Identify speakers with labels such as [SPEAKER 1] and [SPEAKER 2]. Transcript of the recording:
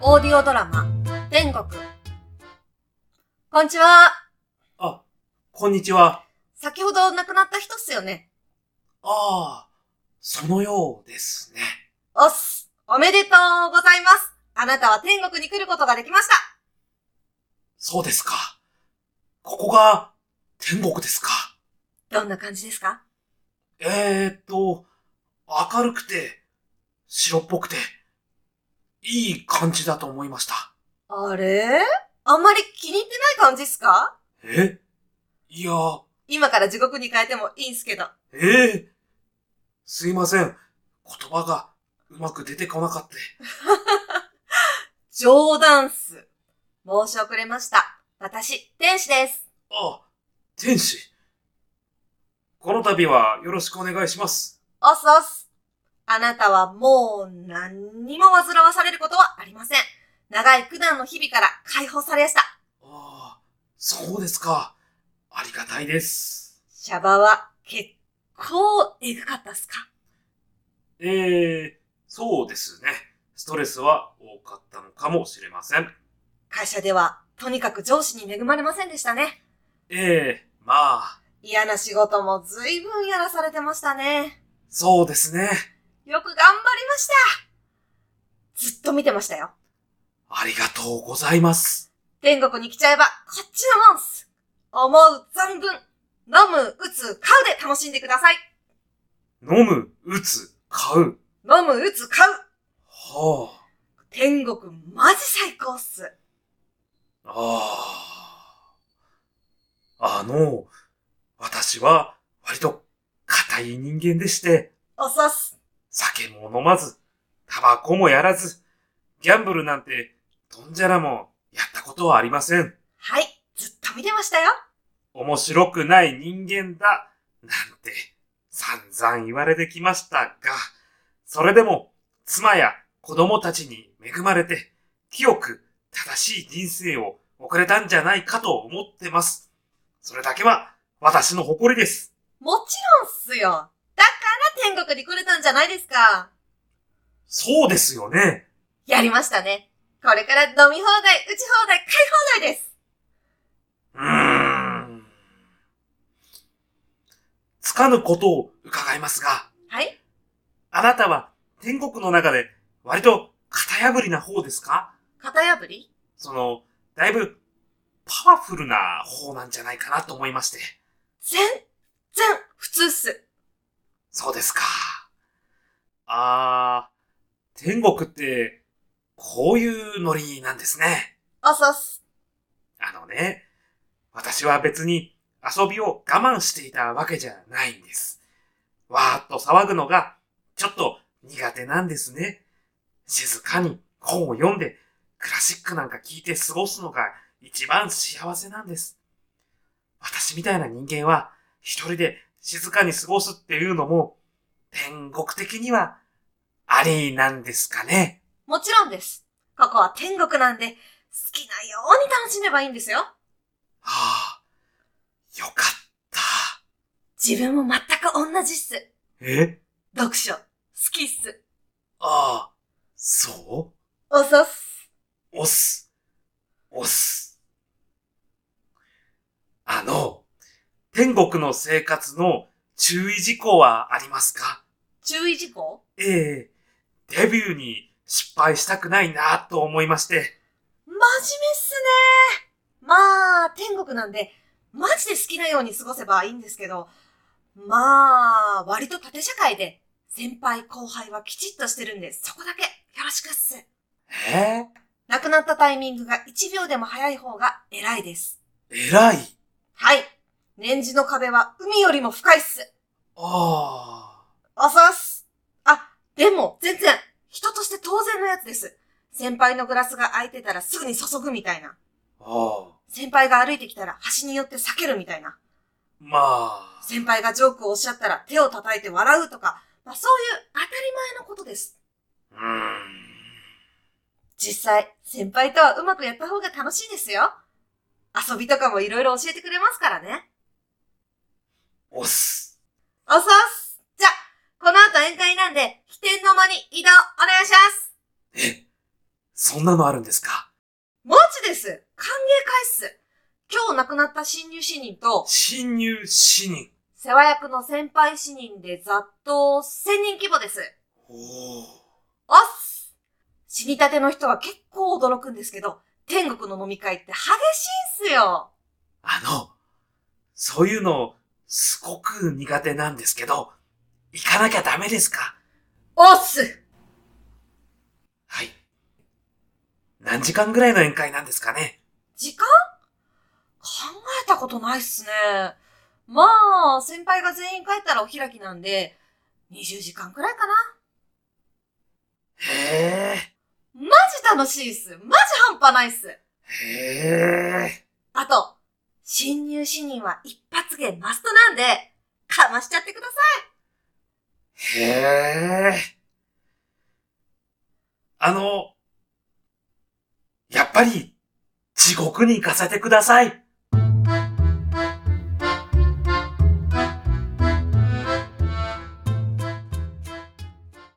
[SPEAKER 1] オーディオドラマ、天国。こんにちは。
[SPEAKER 2] あ、こんにちは。
[SPEAKER 1] 先ほど亡くなった人っすよね。
[SPEAKER 2] ああ、そのようですね。
[SPEAKER 1] おっす。おめでとうございます。あなたは天国に来ることができました。
[SPEAKER 2] そうですか。ここが天国ですか。
[SPEAKER 1] どんな感じですか
[SPEAKER 2] えーっと、明るくて、白っぽくて、いい感じだと思いました。
[SPEAKER 1] あれあんまり気に入ってない感じっすか
[SPEAKER 2] えいや、
[SPEAKER 1] 今から地獄に変えてもいいんすけど。
[SPEAKER 2] えーすいません。言葉がうまく出てこなかった。
[SPEAKER 1] 冗談っす。申し遅れました。私、天使です。
[SPEAKER 2] あ、天使。この度はよろしくお願いします。
[SPEAKER 1] おっすおっす。あなたはもう何にも煩わされることはありません。長い苦難の日々から解放されやした。
[SPEAKER 2] ああ、そうですか。ありがたいです。
[SPEAKER 1] シャバは結構エグかったっすか
[SPEAKER 2] えー、そうですね。ストレスは多かったのかもしれません。
[SPEAKER 1] 会社ではとにかく上司に恵まれませんでしたね。
[SPEAKER 2] ええまあ、
[SPEAKER 1] 嫌な仕事も随分やらされてましたね。
[SPEAKER 2] そうですね。
[SPEAKER 1] よく頑張りました。ずっと見てましたよ。
[SPEAKER 2] ありがとうございます。
[SPEAKER 1] 天国に来ちゃえばこっちのもんっす。思う存分、飲む、打つ、買うで楽しんでください。
[SPEAKER 2] 飲む、打つ、買う。
[SPEAKER 1] 飲む、打つ、買う。
[SPEAKER 2] は
[SPEAKER 1] 天国マジ最高っす。
[SPEAKER 2] あ、ああ。あの、私は割と硬い人間でして、
[SPEAKER 1] おそっす。
[SPEAKER 2] 酒も飲まず、タバコもやらず、ギャンブルなんて、とんじゃらもやったことはありません。
[SPEAKER 1] はい、ずっと見てましたよ。
[SPEAKER 2] 面白くない人間だ、なんて、散々言われてきましたが、それでも、妻や子供たちに恵まれて、清く正しい人生を送れたんじゃないかと思ってます。それだけは、私の誇りです。
[SPEAKER 1] もちろんっすよ。だから天国に来れたんじゃないですか。
[SPEAKER 2] そうですよね。
[SPEAKER 1] やりましたね。これから飲み放題、打ち放題、買い放題です。
[SPEAKER 2] うーん。つかぬことを伺いますが、
[SPEAKER 1] はい
[SPEAKER 2] あなたは天国の中で割と型破りな方ですか
[SPEAKER 1] 型破り
[SPEAKER 2] その、だいぶパワフルな方なんじゃないかなと思いまして。
[SPEAKER 1] 全然普通っす。
[SPEAKER 2] そうですか。あー、天国って、こういうノリなんですね。
[SPEAKER 1] あそっす。
[SPEAKER 2] あのね、私は別に遊びを我慢していたわけじゃないんです。わーっと騒ぐのがちょっと苦手なんですね。静かに本を読んでクラシックなんか聞いて過ごすのが一番幸せなんです。私みたいな人間は一人で静かに過ごすっていうのも天国的にはありなんですかね。
[SPEAKER 1] もちろんです。ここは天国なんで、好きなように楽しめばいいんですよ。
[SPEAKER 2] はあ、よかった。
[SPEAKER 1] 自分も全く同じっす。
[SPEAKER 2] え
[SPEAKER 1] 読書、好きっす。
[SPEAKER 2] ああ、そ
[SPEAKER 1] おそっす。
[SPEAKER 2] う押す。押す。あの、天国の生活の注意事項はありますか
[SPEAKER 1] 注意事項
[SPEAKER 2] ええデビューに失敗したくないなと思いまして。
[SPEAKER 1] 真面目っすねまあ、天国なんで、マジで好きなように過ごせばいいんですけど、まあ、割と縦社会で、先輩後輩はきちっとしてるんで、そこだけよろしくっす。
[SPEAKER 2] え
[SPEAKER 1] 亡くなったタイミングが1秒でも早い方が偉いです。
[SPEAKER 2] え偉い。
[SPEAKER 1] はい。年次の壁は海よりも深いっす。
[SPEAKER 2] あ
[SPEAKER 1] あさっす。あ、でも、全然、人として当然のやつです。先輩のグラスが空いてたらすぐに注ぐみたいな。
[SPEAKER 2] あ、ああ、
[SPEAKER 1] 先輩が歩いてきたら端に寄って避けるみたいな。
[SPEAKER 2] まあ、
[SPEAKER 1] 先輩がジョークをおっしゃったら手を叩いて笑うとか、まあ、そういう当たり前のことです。
[SPEAKER 2] うーん。
[SPEAKER 1] 実際、先輩とはうまくやった方が楽しいですよ。遊びとかもいろいろ教えてくれますからね。
[SPEAKER 2] 押す。
[SPEAKER 1] おそうっす。じゃあ、この後宴会なんで、起点の間に移動お願いします。
[SPEAKER 2] え、そんなのあるんですか
[SPEAKER 1] マジです歓迎会っす今日亡くなった新入死人と、
[SPEAKER 2] 新入死人。
[SPEAKER 1] 世話役の先輩死人でざっと1000人規模です。
[SPEAKER 2] おー。
[SPEAKER 1] おっす死にたての人は結構驚くんですけど、天国の飲み会って激しいんすよ
[SPEAKER 2] あの、そういうの、すごく苦手なんですけど、行かなきゃダメですか
[SPEAKER 1] おっす
[SPEAKER 2] はい。何時間ぐらいの宴会なんですかね
[SPEAKER 1] 時間考えたことないっすね。まあ、先輩が全員帰ったらお開きなんで、20時間くらいかな。
[SPEAKER 2] へ
[SPEAKER 1] マジ楽しいっす。マジ半端ないっす。
[SPEAKER 2] え。へえ。
[SPEAKER 1] あと、新入死人は一発芸マストなんで、かましちゃってくださ
[SPEAKER 2] へえ。あの、やっぱり、地獄に行かせてください。